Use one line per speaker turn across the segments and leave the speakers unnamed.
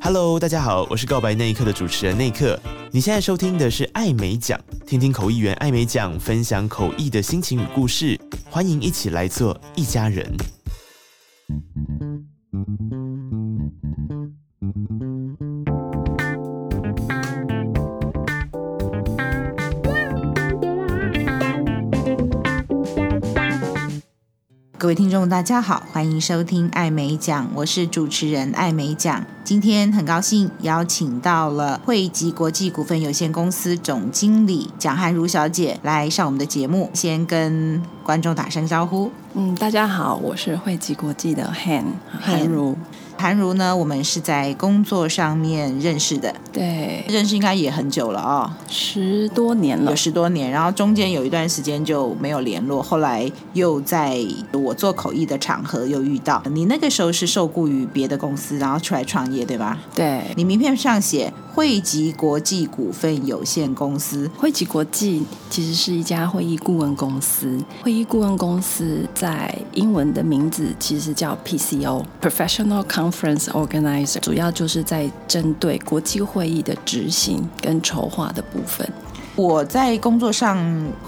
Hello，大家好，我是告白那一刻的主持人内克。你现在收听的是艾美奖，听听口译员艾美奖分享口译的心情与故事，欢迎一起来做一家人。
各位听众，大家好，欢迎收听艾美奖，我是主持人艾美奖。今天很高兴邀请到了汇集国际股份有限公司总经理蒋汉如小姐来上我们的节目，先跟观众打声招呼。
嗯，大家好，我是汇集国际的 Han 韩如。
韩如呢，我们是在工作上面认识的，
对，
认识应该也很久了哦，
十多年了
有。十多年，然后中间有一段时间就没有联络，后来又在我做口译的场合又遇到你。那个时候是受雇于别的公司，然后出来创业，对吧？
对，
你名片上写汇集国际股份有限公司，
汇集国际其实是一家会议顾问公司。会议顾问公司在英文的名字其实叫 PCO（Professional Conference Organizer），主要就是在针对国际会议的执行跟筹划的部分。
我在工作上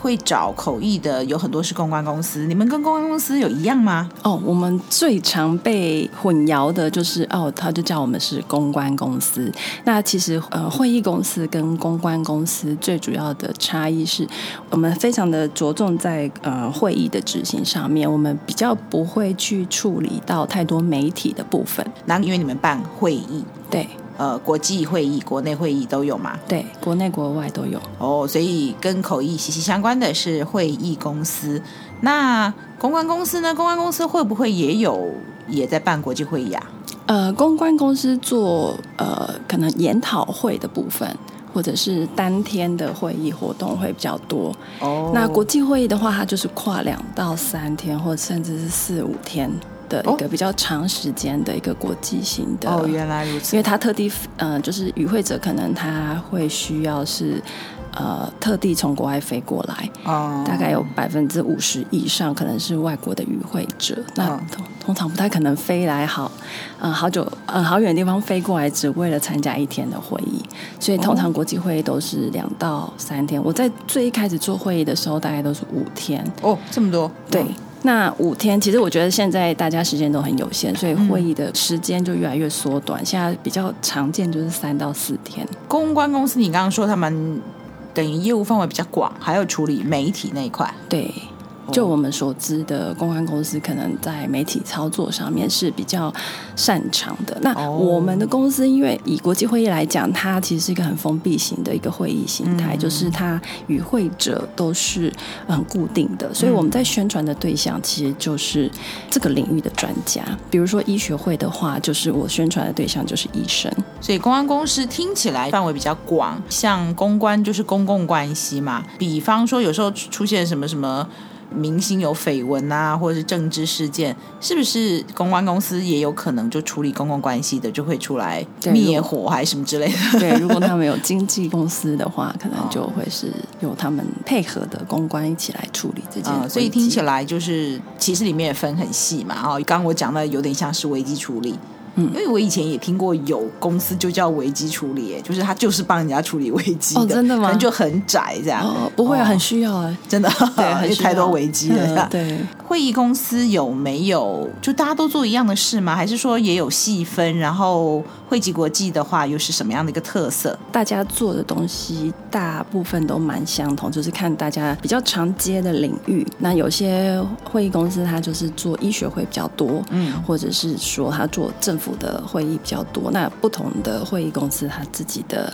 会找口译的，有很多是公关公司。你们跟公关公司有一样吗？
哦，我们最常被混淆的就是哦，他就叫我们是公关公司。那其实呃，会议公司跟公关公司最主要的差异是，呃我们非常的着重在呃会议的执行上面，我们比较不会去处理到太多媒体的部分。
那因为你们办会议，
对
呃，国际会议、国内会议都有嘛。
对，国内国外都有。
哦，所以跟口译息息相关的是会议公司。那公关公司呢？公关公司会不会也有也在办国际会议啊？
呃，公关公司做呃可能研讨会的部分，或者是单天的会议活动会比较多。
哦
那国际会议的话，它就是跨两到三天，或甚至是四五天的一个比较长时间的一个国际型的。
哦，原来如此
因。为它特地，呃，就是与会者可能他会需要是，呃，特地从国外飞过来，
哦，
大概有百分之五十以上可能是外国的与会者，那
嗯
通通常不太可能飞来好，呃，好久呃好远的地方飞过来，只为了参加一天的会议，所以通常国际会议都是两到三天。我在最一开始做会议的时候，大概都是五天，
哦这么多。
对。那五天，其实我觉得现在大家时间都很有限，所以会议的时间就越来越缩短。现在比较常见就是三到四天。
公关公司，你刚刚说他们等于业务范围比较广，还有处理媒体那一块。
对，就我们所知的，公关公司可能在媒体操作上面是比较擅长的。那
哦
我们的公司，因为以国际会议来讲，它其实是一个很封闭型的一个会议形态，就是它与会者都是很固定的，所以我们在宣传的对象其实就是这个领域的专家。比如说医学会的话，就是我宣传的对象就是医生。
所以公关公司听起来范围比较广，像公关就是公共关系嘛。比方说，有时候出出现什么什么明星有绯闻啊，或者是政治事件，是不是公关公司也有可能就处理公共关系的，就会出来
对
灭火还是什么之类的？
对，如果他们有经纪公司的话，可能
哦
就会是由他们配合的公关一起来处理这件、
啊、所以听起。来就是，其实里面也分很细嘛。哦，刚刚我讲到有点像是危机处理，
嗯
因为我以前也听过有公司就叫危机处理，哎就是他就是帮人家处理危机
哦真的吗
可能就很窄这样。
哦，不会啊，
哦
很需要啊，
真的，
对，很
因为
需要
太多危机了。
嗯
是吧
对，
会议公司有没有就大家都做一样的事吗？还是说也有细分？然后汇集国际的话，又是什么样的一个特色？
大家做的东西大部分都蛮相同，就是看大家比较常接的领域。那有些会议公司它就是做医学会比较多，
嗯，
或者是说它做政府的会议比较多。那不同的会议公司它自己的。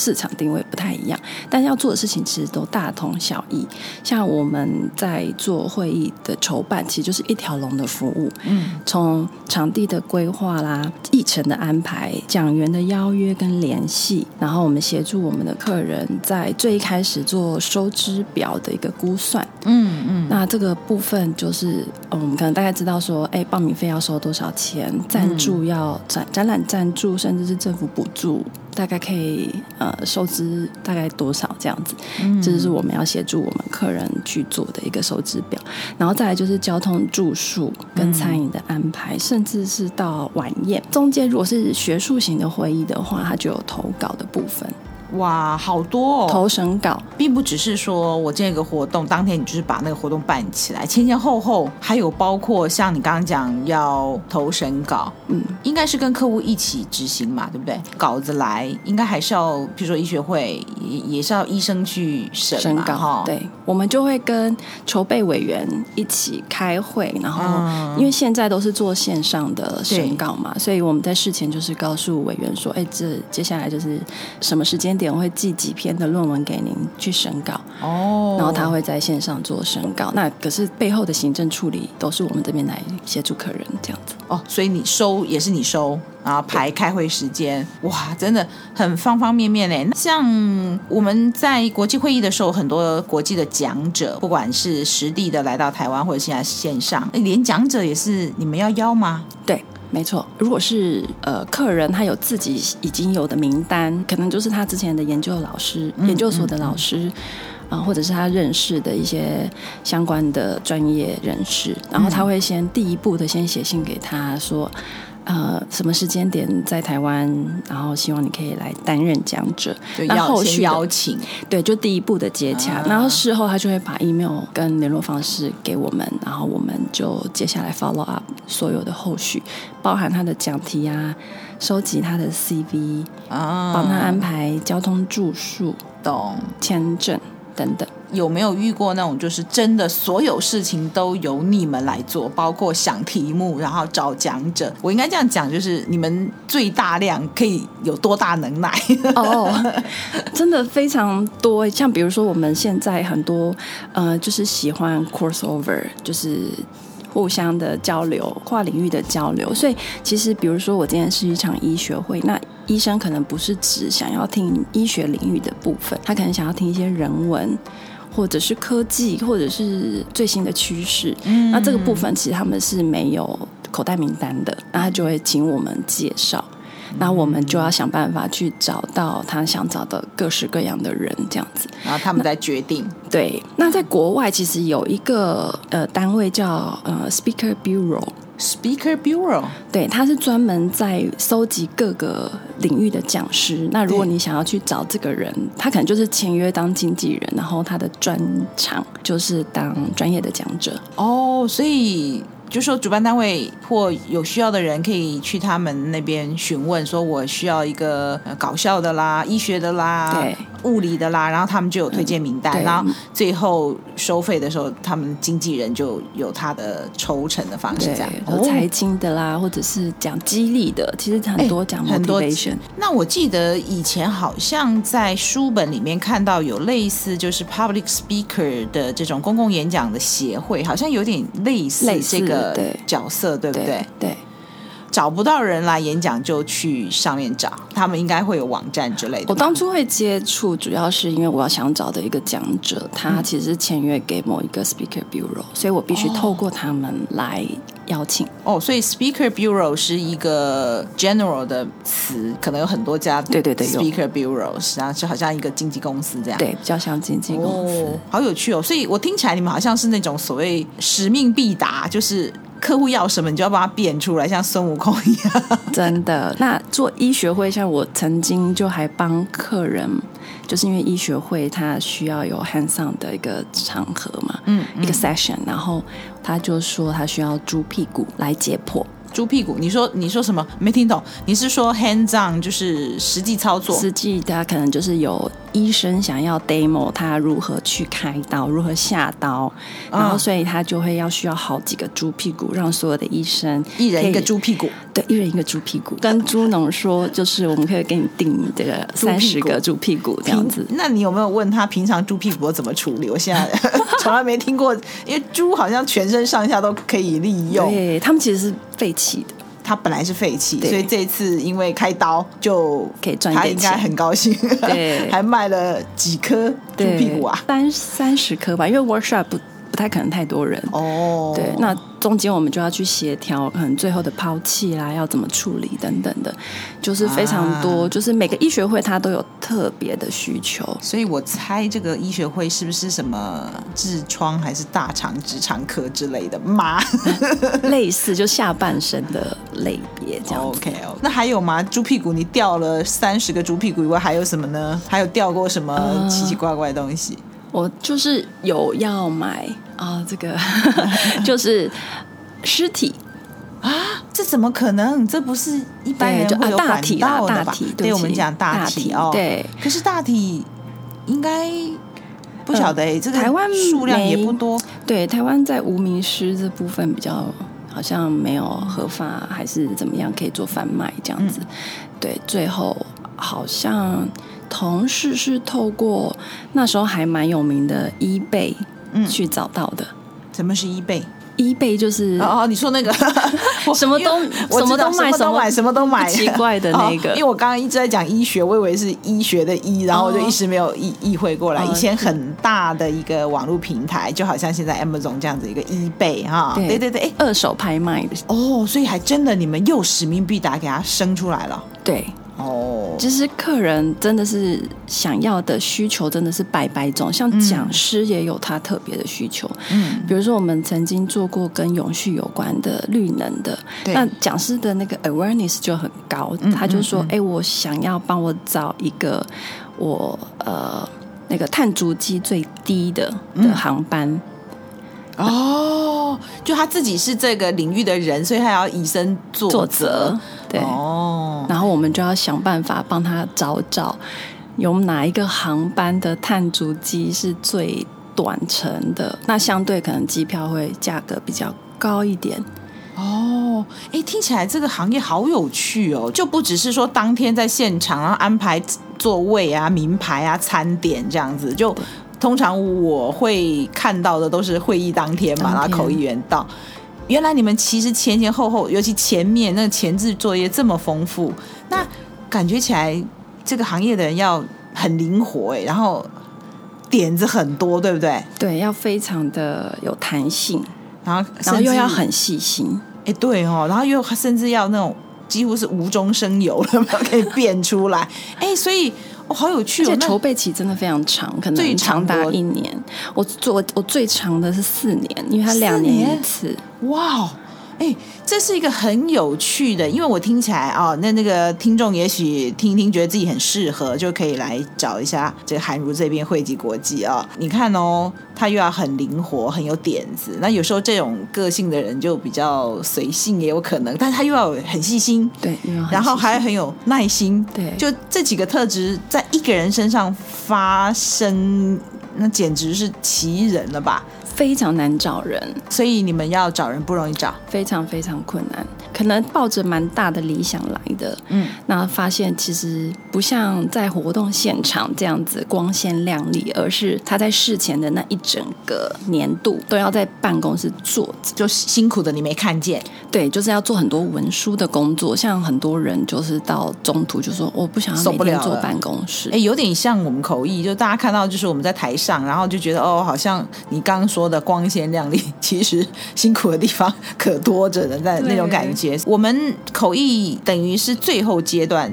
市场定位不太一样，但要做的事情其实都大同小异。像我们在做会议的筹办，其实就是一条龙的服务。
嗯，
从场地的规划啦、议程的安排、讲员的邀约跟联系，然后我们协助我们的客人在最一开始做收支表的一个估算。
嗯嗯，
那这个部分就是，呃我们可能大概知道说，哎，报
嗯
名费要收多少钱，赞助要展展览赞助，甚至是政府补助。大概可以呃收支大概多少这样子，
嗯
这就是我们要协助我们客人去做的一个收支表。然后再来就是交通、住宿跟餐饮的安排，甚至是到晚宴。中间如果是学术型的会议的话，它就有投稿的部分，
哇，好多哦，
投审稿。
并不只是说我这个活动当天你就是把那个活动办起来，前前后后还有包括像你刚刚讲要投审稿，
嗯，
应该是跟客户一起执行嘛，对不对？稿子来应该还是要，比如说医学会也也是要医生去审
审
嘛，
稿
哈，，
对，我们就会跟筹备委员一起开会，然后
嗯
因为现在都是做线上的
对
审稿嘛，所以我们在事前就是告诉委员说，哎，这接下来就是什么时间点我会寄几篇的论文给您去审稿，
哦，
然后他会在线上做审稿。那可是背后的行政处理都是我们这边来协助客人这样子。
哦，所以你收也是你收，然后排开会时间，哇，真的很方方面面嘞。那像我们在国际会议的时候，很多国际的讲者，不管是实地的来到台湾，或者现在线上，诶连讲者也是你们要邀吗？
对，没错。如果是呃客人他有自己已经有的名单，可能就是他之前的研究老师、研究所的老师。啊，或者是他认识的一些相关的专业人士，然后他会先第一步的先写信给他说，呃，什么时间点在台湾，然后希望你可以来担任讲者。
就
那
邀
后
先
续的
邀请，
对，就第一步的接洽，
啊
然后事后他就会把 email 跟联络方式给我们，然后我们就接下来 follow up 所有的后续，包含他的讲题啊，收集他的 CV，
啊，
帮他安排交通、住宿、
懂。
签证等等。
有没有遇过那种就是真的所有事情都由你们来做，包括想题目，然后找讲者？我应该这样讲，就是你们最大量可以有多大能耐？
哦，真的非常多。像比如说，我们现在很多呃，就是喜欢 crossover，就是。互相的交流，跨领域的交流，所以其实，比如说我今天是一场医学会，那医生可能不是只想要听医学领域的部分，他可能想要听一些人文，或者是科技，或者是最新的趋势。嗯，那这个部分其实他们是没有口袋名单的，那他就会请我们介绍。那我们就要想办法去找到他想找的各式各样的人，这样子。
然后他们再决定。
对，那在国外其实有一个呃单位叫呃 Speaker Bureau，
Speaker Bureau，
对，它是专门在搜集各个领域的讲师。那如果
对
你想要去找这个人，他可能就是签约当经纪人，然后他的专长就是当专业的讲者。
哦，所以就说主办单位或有需要的人可以去他们那边询问，说我需要一个呃搞笑的啦、医学的啦、
对
物理的啦，然后他们就有推荐名单，
对
然后最后收费的时候，他们经纪人就有他的抽成的方式，
对
这样，哦
有财经的啦，或者是讲激励的，其实很多讲
哎很多
motivation，、
那我记得以前好像在书本里面看到有类似就是 public speaker 的这种公共演讲的协会，好像有点类似
类似
这个
对
角色，对不对？
对。
找不到人来演讲就去上面找，他们应该会有网站之类的吧。
我当初会接触，主要是因为我要想找的一个讲者，他其实是签约给某一个 speaker bureau，所以我必须透过他们来邀请。
哦，所以 Speaker Bureau 是一个 general 的词，可能有很多家
对对对有
Speaker Bureau，然后就好像一个经纪公司这样。
对，比较像经纪公司。
哦，好有趣哦！所以我听起来你们好像是那种所谓使命必达，就是客户要什么你就要帮他变出来，像孙悟空一样。
真的，那做医学会，像我曾经就还帮客人，就是因为医学会它需要有 hands on 的一个场合嘛，嗯，一个 session，然后他就说他需要猪屁股来解剖，
猪屁股，你说你说什么？没听懂？你是说 hands on 就是实际操作？
实际他可能就是有医生想要 demo 他如何去开刀，如何下刀，
啊
然后所以他就会要需要好几个猪屁股，让所有的医生
一人一
可
个
以
猪屁股。
对，一人一个猪屁股，跟猪农说，就是我们可以给你订这个
猪
三
屁
十
股
个猪屁股这样子。
那你有没有问他平常猪屁股怎么处理？我现 在从来没听过，因为猪好像全身上下都可以利用。
对他们其实是废弃的，
它本来是废弃，
对
所以这次因为开刀就
可以赚一
他
点
应该
钱
很高兴，
对
还卖了几颗猪
对
屁股啊。
三三十颗吧，因为 workshop 不不太可能太多人。
哦，
对，那中间我们就要去协调，可能最后的抛弃啦，要怎么处理等等的，就是非常多，
啊
就是每个医学会它都有特别的需 求。
所以我猜这个医学会是不是什么痔疮还是大肠直肠科之类的吗
类似就下半身的类别这样 子。
？OK 哦，那还有吗？猪屁股你掉了三十个猪屁股以外，还有什么呢？还有掉过什么
呃
奇奇怪怪的东西？
我就是有要买啊、这个 就是尸 体，
这怎么可能？这不是一般
对，
人
就
会
啊
有
大
管
体啦，
道的
大
吧？
体，
对
不
我
起
们讲大体
体
哦。，
对。
可是大体应该不晓得哎、这个
台湾
数量也
没
不多。
对，台湾在无名尸这部分比较好像没有合法，还是怎么样可以做贩卖这样
嗯
子。对，最后好像同事是透过那时候还蛮有名的 eBay
嗯
去找到的。
什么是 eBay？
eBay 就是
哦哦，你说那 个我
嗯什么
因为
都
我
什
知
么
道
都卖
什么都买，
什
什
么
么
都
都买，
不奇怪的那个
哦因为我刚刚一直在讲医学，我以为是医学的医，然后我就
哦
一直没有意意会过来。
哦
以前很大的一个网络平台，就好像现在 Amazon 这样子一个 eBay 哈，
对
对对对，哎
二手拍卖的，
哦，所以还真的你们又使命必达，给它生出来了
对，
哦。
就是客人真的是想要的需求真的是百百种，像讲师也有他特别的需求，
嗯，
比如说我们曾经做过跟永续有关的绿能的，
对嗯
那讲师的那个 awareness 就很高，他就说，哎、我想要帮我找一个我呃那个碳足迹最低的
嗯
的航班，嗯
哦，就他自己是这个领域的人，所以他要以身作
作者对，
哦，
然后我们就要想办法帮他找找有哪一个航班的碳足迹是最短程的，那相对可能机票会价格比较高一点。
哦，哎，听起来这个行业好有趣哦，就不只是说当天在现场，然后安排座位啊、名牌啊、餐点这样子，就。通常我会看到的都是会议当天嘛，
当
然后
天
口译员到。原来你们其实前前后后，尤其前面那个前置作业这么丰富，那感觉起来这个行业的人要很灵活哎、然后点子很多，对不对？
对，要非常的有弹性，
然后
然后
甚
又
至
要很细心。
哎，对哦，然后又甚至要那种几乎是无中生有了，可以变出来。哎，所以哦，好有趣
而
哦
且，
那
筹备期真的非常长，可
最
能
长
长达
多
一年。我做我我最长的是四年，因为它两
四
年
年
一次。
哇哦，哎，这是一个很有趣的，因为我听起来啊、哦，那那个听众也许听一听，觉得自己很适合，就可以来找一下这个韩如这边汇集国际啊、你看哦，他又要很灵活，很有点子。那有时候这种个性的人就比较随性，也有可能，但是他又要有很细心，
对，因为很
然后
细
还
心
很有耐心，
对
就这几个特质在一个人身上发生，那简直是奇人了吧？
非常难找人。
所以你们要找人不容易找，
非常非常困难，可能抱着蛮大的理想来的，
嗯，
那发现其实不像在活动现场这样子光鲜亮丽，而是他在事前的那一整个年度都要在办公室坐着，
就辛苦的你没看见，
对，就是要做很多文书的工作，像很多人就是到中途就说我不想
受
要
不
每
了
天
了
坐办公室
哎，，有点像我们口译，就大家看到就是我们在台上，然后就觉得哦，好像你刚刚说的光鲜亮丽，其实辛苦的地方可多着呢，那那种感觉。我们口译等于是最后阶段。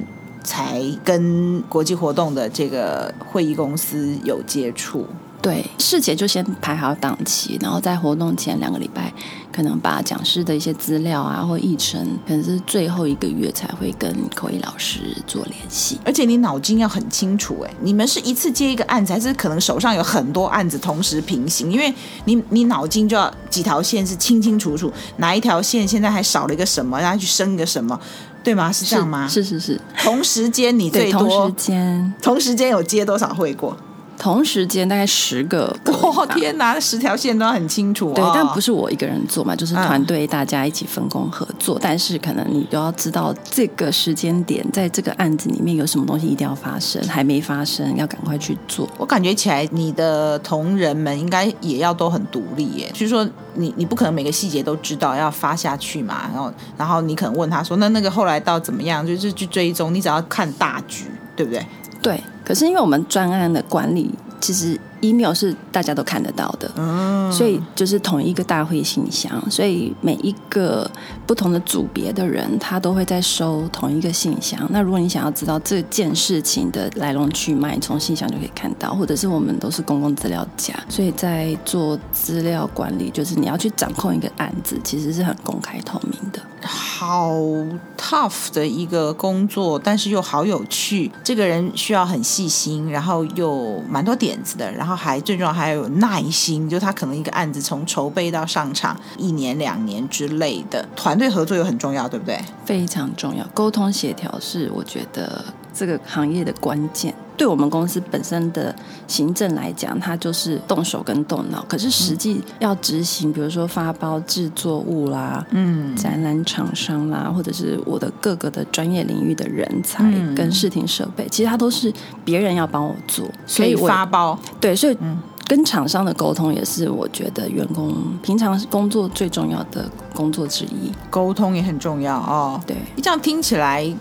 才跟国际活动的这个会议公司有接触，
对，事前就先排好档期，然后在活动前两个礼拜，可能把讲师的一些资料啊或议程，可能是最后一个月才会跟口译老师做联系。
而且你脑筋要很清楚、哎，你们是一次接一个案子，还是可能手上有很多案子同时平行？因为你你脑筋就要几条线是清清楚楚，哪一条线现在还少了一个什么，然后去生一个什么，对吗？是这样吗？
是是是，
同时间你
对，
最
同
多
时间
同时间有接多少会过？
同时间大概 十个口译吧。
哦天哪，十条线都要很清楚、哦。
对，但不是我一个人做嘛，就是
嗯
团队大家一起分工合作。但是可能你都要知道这个时间点，在这个案子里面有什么东西一定要发生，还没发生要赶快去做。
我感觉起来，你的同仁们应该也要都很独立耶。就是说你，你不可能每个细节都知道要发下去嘛。然后，然后你可能问他说，那那个后来到怎么样？就是去追踪，你只要看大局，对不对？
对，可是因为我们专案的管理，其实 email 是大家都看得到的，
嗯，
所以就是同一个大会信箱，所以每一个不同的组别的人，他都会在收同一个信箱。那如果你想要知道这件事情的来龙去脉，从信箱就可以看到，或者是我们都是公共资料夹，所以在做资料管理，就是你要去掌控一个案子，其实是很公开透明的。
好 tough 的一个工作，但是又好有趣。这个人需要很细心，然后又蛮多点子的，然后还最重要还有耐心。就他可能一个案子从筹备到上场一年两年之类的，团队合作又很重要，对不对？
非常重要，沟通协调是我觉得这个行业的关键。对我们公司本身的行政来讲，它就是动手跟动脑，可是实际要执行，比如说发包、制作物啦、
嗯
展览厂商啦，或者是我的各个的专业领域的人才
嗯
跟视听设备，其实它都是别人要帮我做，所
可以
我
发包，
对，所以
嗯
跟厂商的沟通也是我觉得员工平常工作最重要的工作之一。
沟通也很重要哦。
对。
这样听起来，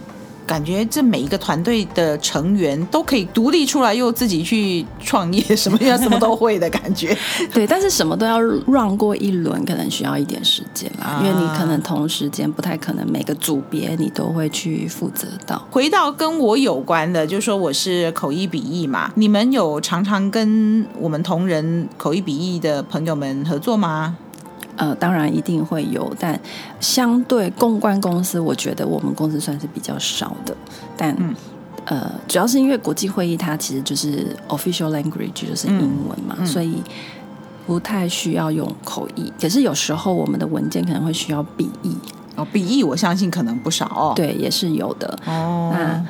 感觉这每一个团队的成员都可以独立出来，又自己去创业，什么样什么都会的感 觉。
对，但是什么都要让过一轮，可能需要一点时间啦，
啊
因为你可能同时间不太可能每个组别你都会去负责到。
回到跟我有关的，就说我是口译笔译嘛，你们有常常跟我们同仁口译笔译的朋友们合作吗？
呃，当然一定会有，但相对公关公司，我觉得我们公司算是比较少的，但。
嗯
呃，主要是因为国际会议它其实就是 official language 就是
嗯
英文嘛，所以不太需要用口译。可是有时候我们的文件可能会需要笔译，
哦，笔译我相信可能不少哦。，
对，也是有的。
哦，
那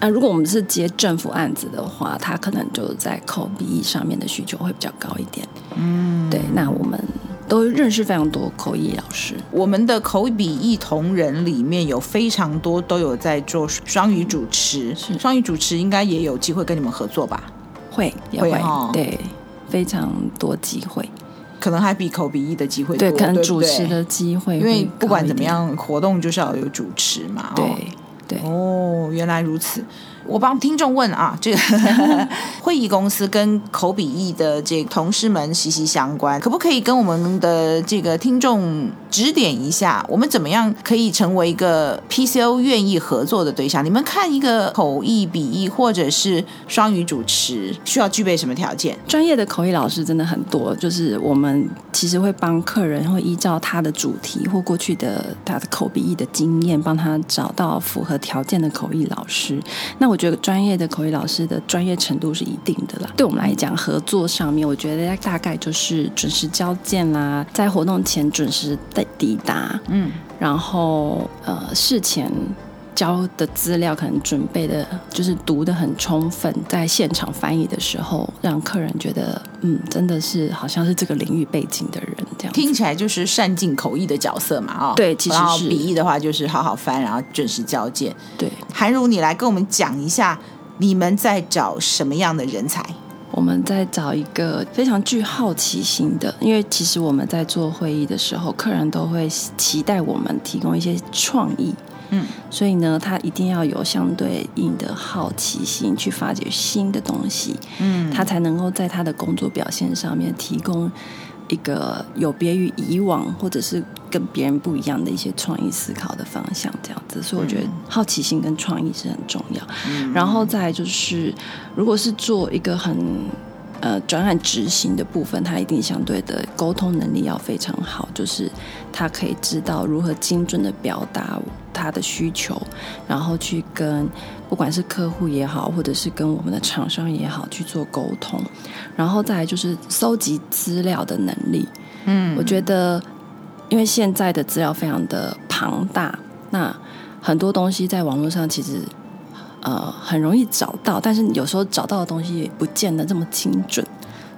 那如果我们是接政府案子的话，它可能就在口笔译上面的需求会比较高一点。嗯，对，那我们都认识非常多口译老师，
我们的口笔译同仁里面有非常多都有在做双语主持，
是
双语主持应该也有机会跟你们合作吧？
会也
会
会
哦
对。非常多机会，
可能还比口笔译的机会多，
对，可能
不
主持的机会，
因为不管怎么，样，活动就是要有主持嘛。哦
对对，
哦，原来如此。我帮听众问啊， 这个会议公司跟口笔译的这个同事们息息相关，可不可以跟我们的这个听众指点一下，我们怎么样可以成为一个 PCO 愿意合作的对象？你们看一个口译、笔译或者是双语主持需要具备什么条件？
专业的口译老师真的很多，就是我们其实会帮客人会依照他的主题或过去的他的口笔译的经验，帮他找到符合条件的口译老师。那我觉得专业的口译老师的专业程度是一定的啦。对我们来讲，合作上面，我觉得大概就是准时交件啦，在活动前准时的抵达，
嗯，
然后呃事前。交的资料可能准备的，就是读的很充分，在现场翻译的时候，让客人觉得，嗯，真的是好像是这个领域背景的人这样子。
听起来就是善尽口译的角色嘛，哦，
对其实
然后
是
笔译的话就是好好翻，然后准时交件。
对，
韩如，你来跟我们讲一下，你们在找什么样的人才？
我们在找一个非常具好奇心的，因为其实我们在做会议的时候，客人都会期待我们提供一些创意。
嗯，
所以呢，他一定要有相对应的好奇心去发掘新的东西，
嗯
他才能够在他的工作表现上面提供一个有别于以往或者是跟别人不一样的一些创意思考的方向，这样子。所以我觉得好奇心跟创意是很重要。然后再来就是，如果是做一个很呃转案执行的部分，它一定相对的沟通能力要非常好，就是他可以知道如何精准的表达他的需求，然后去跟不管是客户也好，或者是跟我们的厂商也好去做沟通，然后再来就是搜集资料的能力，
嗯
我觉得，因为现在的资料非常的庞大，那很多东西在网络上其实呃很容易找到，但是有时候找到的东西也不见得这么精准，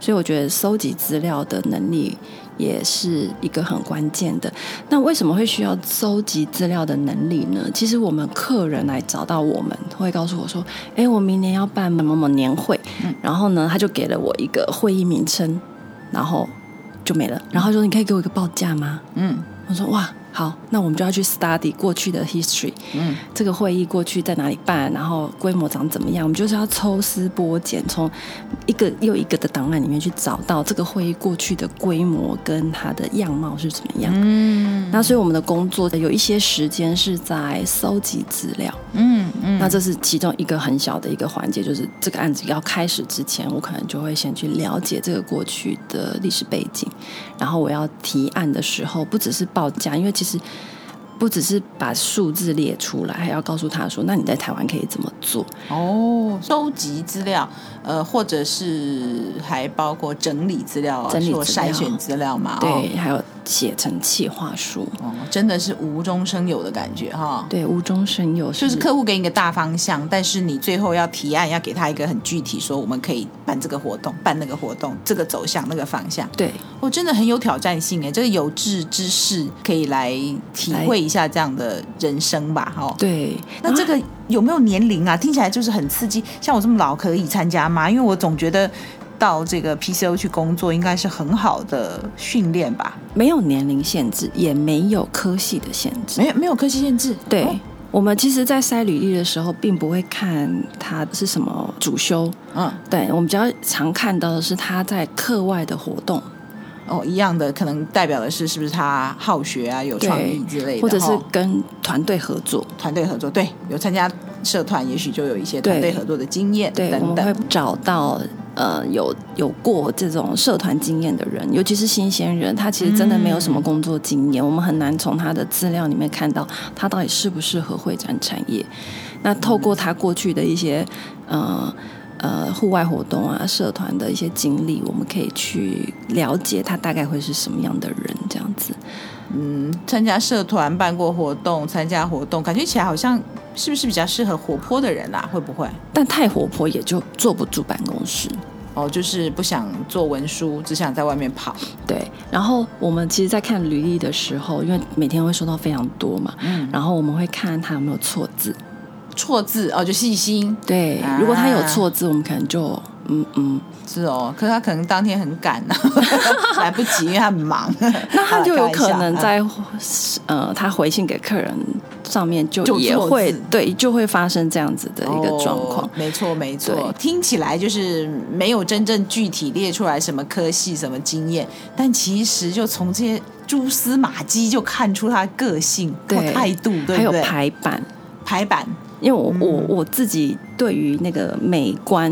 所以我觉得搜集资料的能力也是一个很关键的。那为什么会需要搜集资料的能力呢？其实我们客人来找到我们，会告诉我说：“诶，我明年要办某某某年会。然后呢，他就给了我一个会议名称，然后就没了。然后他说：“你可以给我一个报价吗
嗯，？”
我说：“哇，好，那我们就要去 study 过去的 history，
嗯，
这个会议过去在哪里办，然后规模长怎么样，我们就是要抽丝剥茧，从一个又一个的档案里面去找到这个会议过去的规模跟它的样貌是怎么样。
嗯
那所以我们的工作有一些时间是在搜集资料，
嗯嗯，
那这是其中一个很小的一个环节，就是这个案子要开始之前，我可能就会先去了解这个过去的历史背景，然后我要提案的时候，不只是报价，因为其实不只是把数字列出来，还要告诉他说，那你在台湾可以怎么做？
哦，收集资料，呃，或者是还包括整理资料啊，
整理
做
资料
筛选资料嘛，
对，还有写成企划书，
哦，哦真的是无中生有的感觉哈。
对，无中生有，
就是客户给你个大方向，但是你最后要提案，要给他一个很具体，说我们可以办这个活动，办那个活动，这个走向，那个方向。
对
我、哦真的很有挑战性哎，这个有志之士可以来体会一下这样的人生吧，哈、
对，
那这个有没有年龄啊？听起来就是很刺激。像我这么老可以参加吗？因为我总觉得到这个 PCO 去工作应该是很好的训练吧？
没有年龄限制，也没有科系的限制，
没有没有科技限制，
对。
哦
我们其实，在筛履历的时候，并不会看他是什么主修，
嗯
对我们比较常看到的是他在课外的活动，
哦一样的，可能代表的是是不是他好学啊，有
对
创意之类的，
或者是
哦
跟团队合作，
团队合作，对，有参加社团，也许就有一些团队
对
合作的经验
对，我
等
们会
等。
找到呃有有过这种社团经验的人，尤其是新鲜人，他其实真的没有什
嗯
么工作经验，我们很难从他的资料里面看到他到底适不适合会展产业。那透过他过去的一些呃。呃，户外活动啊，社团的一些经历，我们可以去了解他大概会是什么样的人，这样子。
参加社团办过活动，参加活动，感觉起来好像是不是比较适合活泼的人啊？会不会？
但太活泼也就坐不住办公室。
哦，就是不想做文书，只想在外面跑。
对，然后我们其实，在看履历的时候，因为每天会收到非常多嘛，
嗯，
然后我们会看他有没有错字。
错字哦，就细心
对，
啊
如果他有错字，我们可能就嗯嗯，
是哦。可是他可能当天很赶啊， 来不及，因为他很忙。
那他就有可能
好啦
在呃，他回信给客人上面就
就
也
错
会
字
对，就会发生这样子的
开玩
一
笑
个状况
哦。没错没错
对，
听起来就是没有真正具体列出来什么科系、什么经验，但其实就从这些蛛丝马迹就看出他个性或
对
态度，对
还
不
有
对？
排版，
排版
因为我、
嗯
我我自己对于那个美观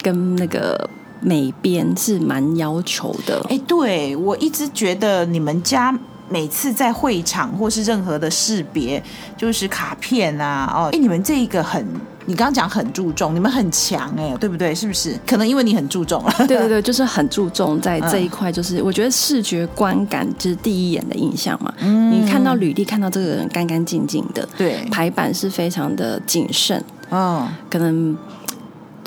跟那个美编是蛮要求的。
哎，对我一直觉得你们家每次在会场或是任何的识别，就是卡片啊，哦，哎，你们这一个很，你刚刚讲很注重，你们很强哎，对不对？是不是？可能因为你很注重了，
对对对，就是很注重在这一块，就是我觉得视觉观感就是第一眼的印象嘛。你看到履历，看到这个人干干净净的，
对
排版是非常的谨慎，
嗯，
可能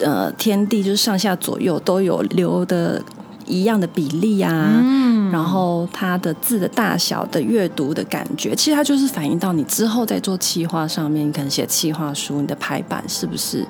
呃天地就是上下左右都有留的一样的比例啊。
嗯
然后它的字的大小的阅读的感觉，其实它就是反映到你之后在做企划上面，你可能写企划书，你的排版是不是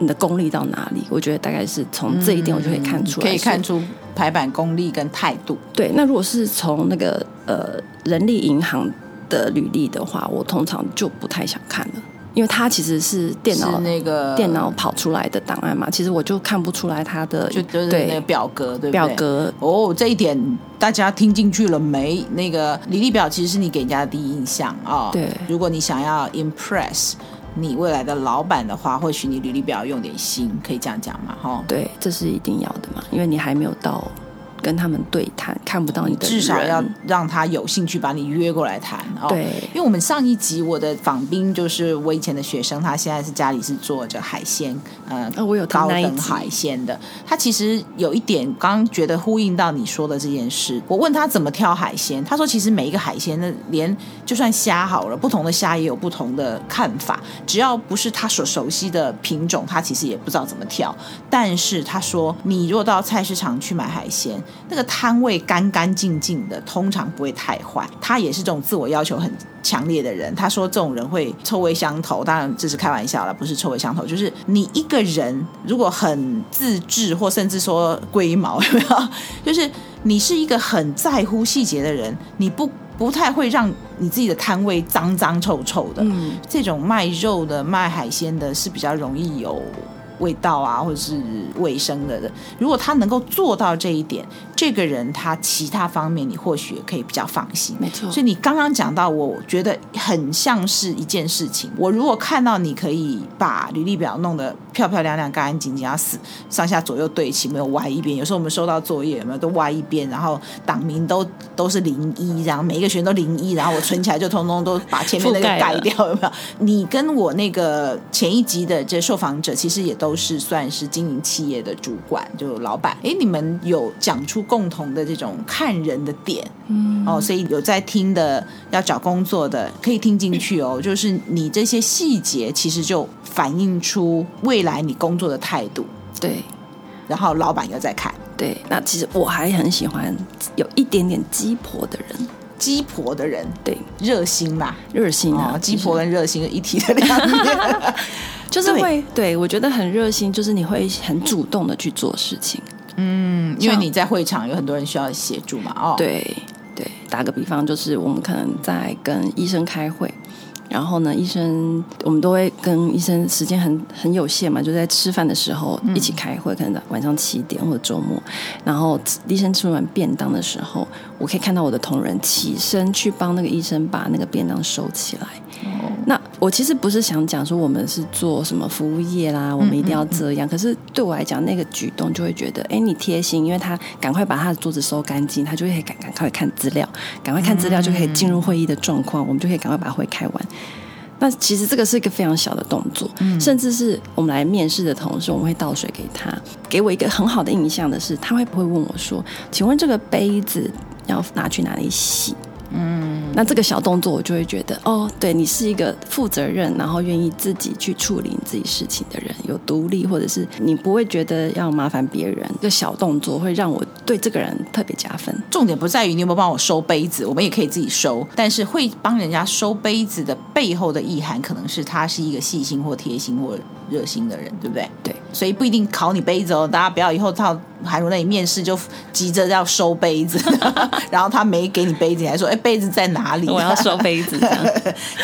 你的功力到哪里？我觉得大概是从这一点，我就可以看出
嗯
来、
可以看出排版功力跟态度。
对，那如果是从那个呃人力银行的履历的话，我通常就不太想看了，因为它其实是电脑
是那个
电脑跑出来的档案嘛，其实我就看不出来它的
就就是那个
对
表格，对不对？
表格。
哦，这一点大家听进去了没？那个履历表其实是你给人家的第一印象啊、
对
如果你想要 impress 你未来的老板的话，或许你履历表用点心，可以这样讲嘛，哈、
对，这是一定要的嘛，因为你还没有到跟他们对谈，看不到你的
至少
人
要让他有兴趣把你约过来谈哦。
对
因为我们上一集我的访宾就是我以前的学生，他现在是家里是做着海鲜，呃，
哦我有听
高
那一
等
集
海鲜的。他其实有一点刚刚觉得呼应到你说的这件事。我问他怎么挑海鲜，他说其实每一个海鲜的连就算虾好了，不同的虾也有不同的看法，只要不是他所熟悉的品种，他其实也不知道怎么挑。但是他说，你若到菜市场去买海鲜，那个摊位干干净净的，通常不会太坏。他也是这种自我要求很强烈的人。他说这种人会臭味相投，当然这是开玩笑啦，不是臭味相投，就是你一个人如果很自制，或甚至说龟毛，有没有？就是你是一个很在乎细节的人，你不不太会让你自己的摊位脏脏臭臭的。
嗯，
这种卖肉的、卖海鲜的，是比较容易有味道啊，或者是卫生的的。如果他能够做到这一点，这个人他其他方面你或许也可以比较放心。
没错
所以。你刚刚讲到，我觉得很像是一件事情。我如果看到你可以把履历表弄得漂漂亮亮、干干净净，要死上下左右对齐，没有歪一边。有时候我们收到作业，有没有都歪一边，然后党名都都是零一，然后每一个选都零一，然后我存起来就通通都把前面那个
覆盖
盖
了
掉，有没有？你跟我那个前一集的这受访者，其实也都是算是经营企业的主管，就老板。诶，你们有讲出共同的这种看人的点，
嗯
哦，所以有在听的，要找工作的，可以听进去哦。就是你这些细节，其实就反映出未来你工作的态度，
对
然后老板又在看。
对，那其实我还很喜欢有一点点鸡婆的人，
鸡婆的人
对，
热心嘛，
热心啊
哦，，鸡
就是
婆跟热心是一体的 嗯两
啊
面。
就是
对
会对我觉得很热心，就是你会很主动的去做事情。
嗯因为
像
你在会场有很多人需要协助嘛，哦，，
对对，打个比方，就是我们可能在跟医生开会，然后呢，医生我们都会跟医生时间很很有限嘛，就在吃饭的时候一起开会，可能晚上七点或者周末，然后医生吃完便当的时候，我可以看到我的同仁起身去帮那个医生把那个便当收起来。那我其实不是想讲说我们是做什么服务业啦，我们一定要这样。可是对我来讲，那个举动就会觉得，哎，你贴心，因为他赶快把他的桌子收干净，他就会赶赶快看资料，赶快看资料就可以进入会议的状况，我们就可以赶快把会开完。那其实这个是一个非常小的动作，甚至是我们来面试的同事，我们会倒水给他。给我一个很好的印象的是，他会不会问我说：“请问这个杯子要拿去哪里洗？”那这个小动作，我就会觉得，哦，对你是一个负责任，然后愿意自己去处理你自己事情的人，有独立，或者是你不会觉得要麻烦别人。这个小动作会让我对这个人特别加分。
重点不在于你有没有帮我收杯子，我们也可以自己收，但是会帮人家收杯子的背后的意涵，可能是他是一个细心或贴心或热心的人，对不对？
对，
所以不一定考你杯子哦，大家不要以后到韩如那里面试就急着要收杯子， 然后他没给你杯子，你还说哎杯子在哪里？
我要收杯子，这样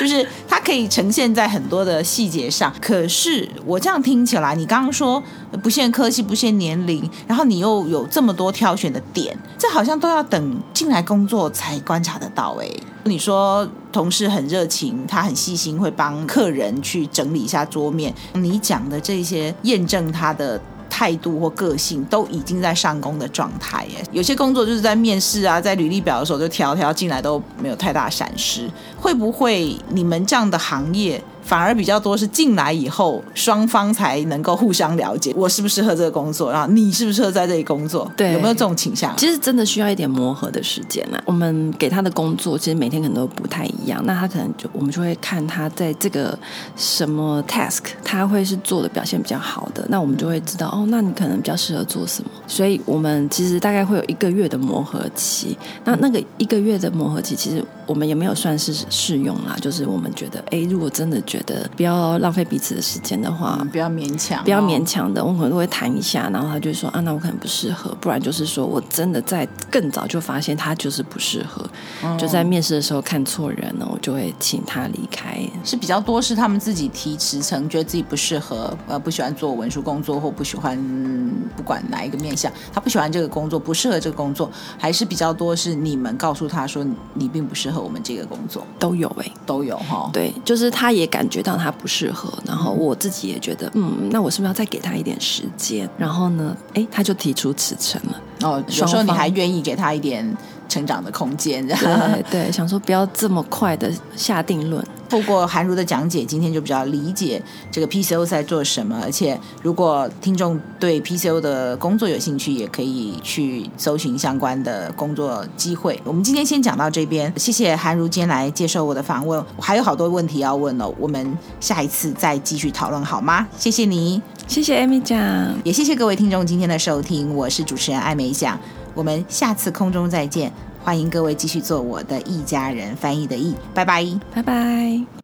就是它可以呈现在很多的细节上。可是我这样听起来，你刚刚说呃不限科系、不限年龄，然后你又有这么多挑选的点，这好像都要等进来工作才观察得到哎、你说同事很热情，他很细心，会帮客人去整理一下桌面。你讲的这些验证他的态度或个性都已经在上工的状态耶。有些工作就是在面试啊，在履历表的时候就挑挑进来都没有太大闪失。会不会你们这样的行业反而比较多是进来以后双方才能够互相了解，我适不适合这个工作，然后你适不适合在这里工作，
对
有没有这种倾向？啊
其实真的需要一点磨合的时间啊啦。我们给他的工作，其实每天可能都不太一样。那他可能就我们就会看他在这个什么 task，他会是做的表现比较好的，那我们就会知道哦，那你可能比较适合做什么。所以我们其实大概会有一个月的磨合期。那那个一个月的磨合期，其实我们也没有算是试用啦，就是我们觉得，哎，如果真的觉得不要浪费彼此的时间的话，
嗯不要勉强，
不要勉。强的，我可能都会谈一下，然后他就说啊，那我可能不适合，不然就是说我真的在更早就发现他就是不适合，
哦
就在面试的时候看错人了，我就会请他离开。
是比较多是他们自己提辞呈，觉得自己不适合，呃，不喜欢做文书工作，或不喜欢嗯不管哪一个面向，他不喜欢这个工作，不适合这个工作，还是比较多是你们告诉他说你你并不适合我们这个工作，
都有哎、
都有哈。
对，就是他也感觉到他不适合，然后我自己也觉得，嗯，那我是不是要再给他一点时间？然后呢，哎，他就提出辞呈了。
哦，有
双
时候你
方
还愿意给他一点成长的空间，这样
对 对，想说不要这么快的下定论。
透过韩如的讲解，今天就比较理解这个 PCO 在做什么。而且，如果听众对 PCO 的工作有兴趣，也可以去搜寻相关的工作机会。我们今天先讲到这边，谢谢韩如今天来接受我的访问，我还有好多问题要问哦，我们下一次再继续讨论好吗？谢谢你，
谢谢 Amy 酱，
也谢谢各位听众今天的收听，我是主持人艾美奖，我们下次空中再见，欢迎各位继续做我的一家人翻译的译，拜拜。
拜拜。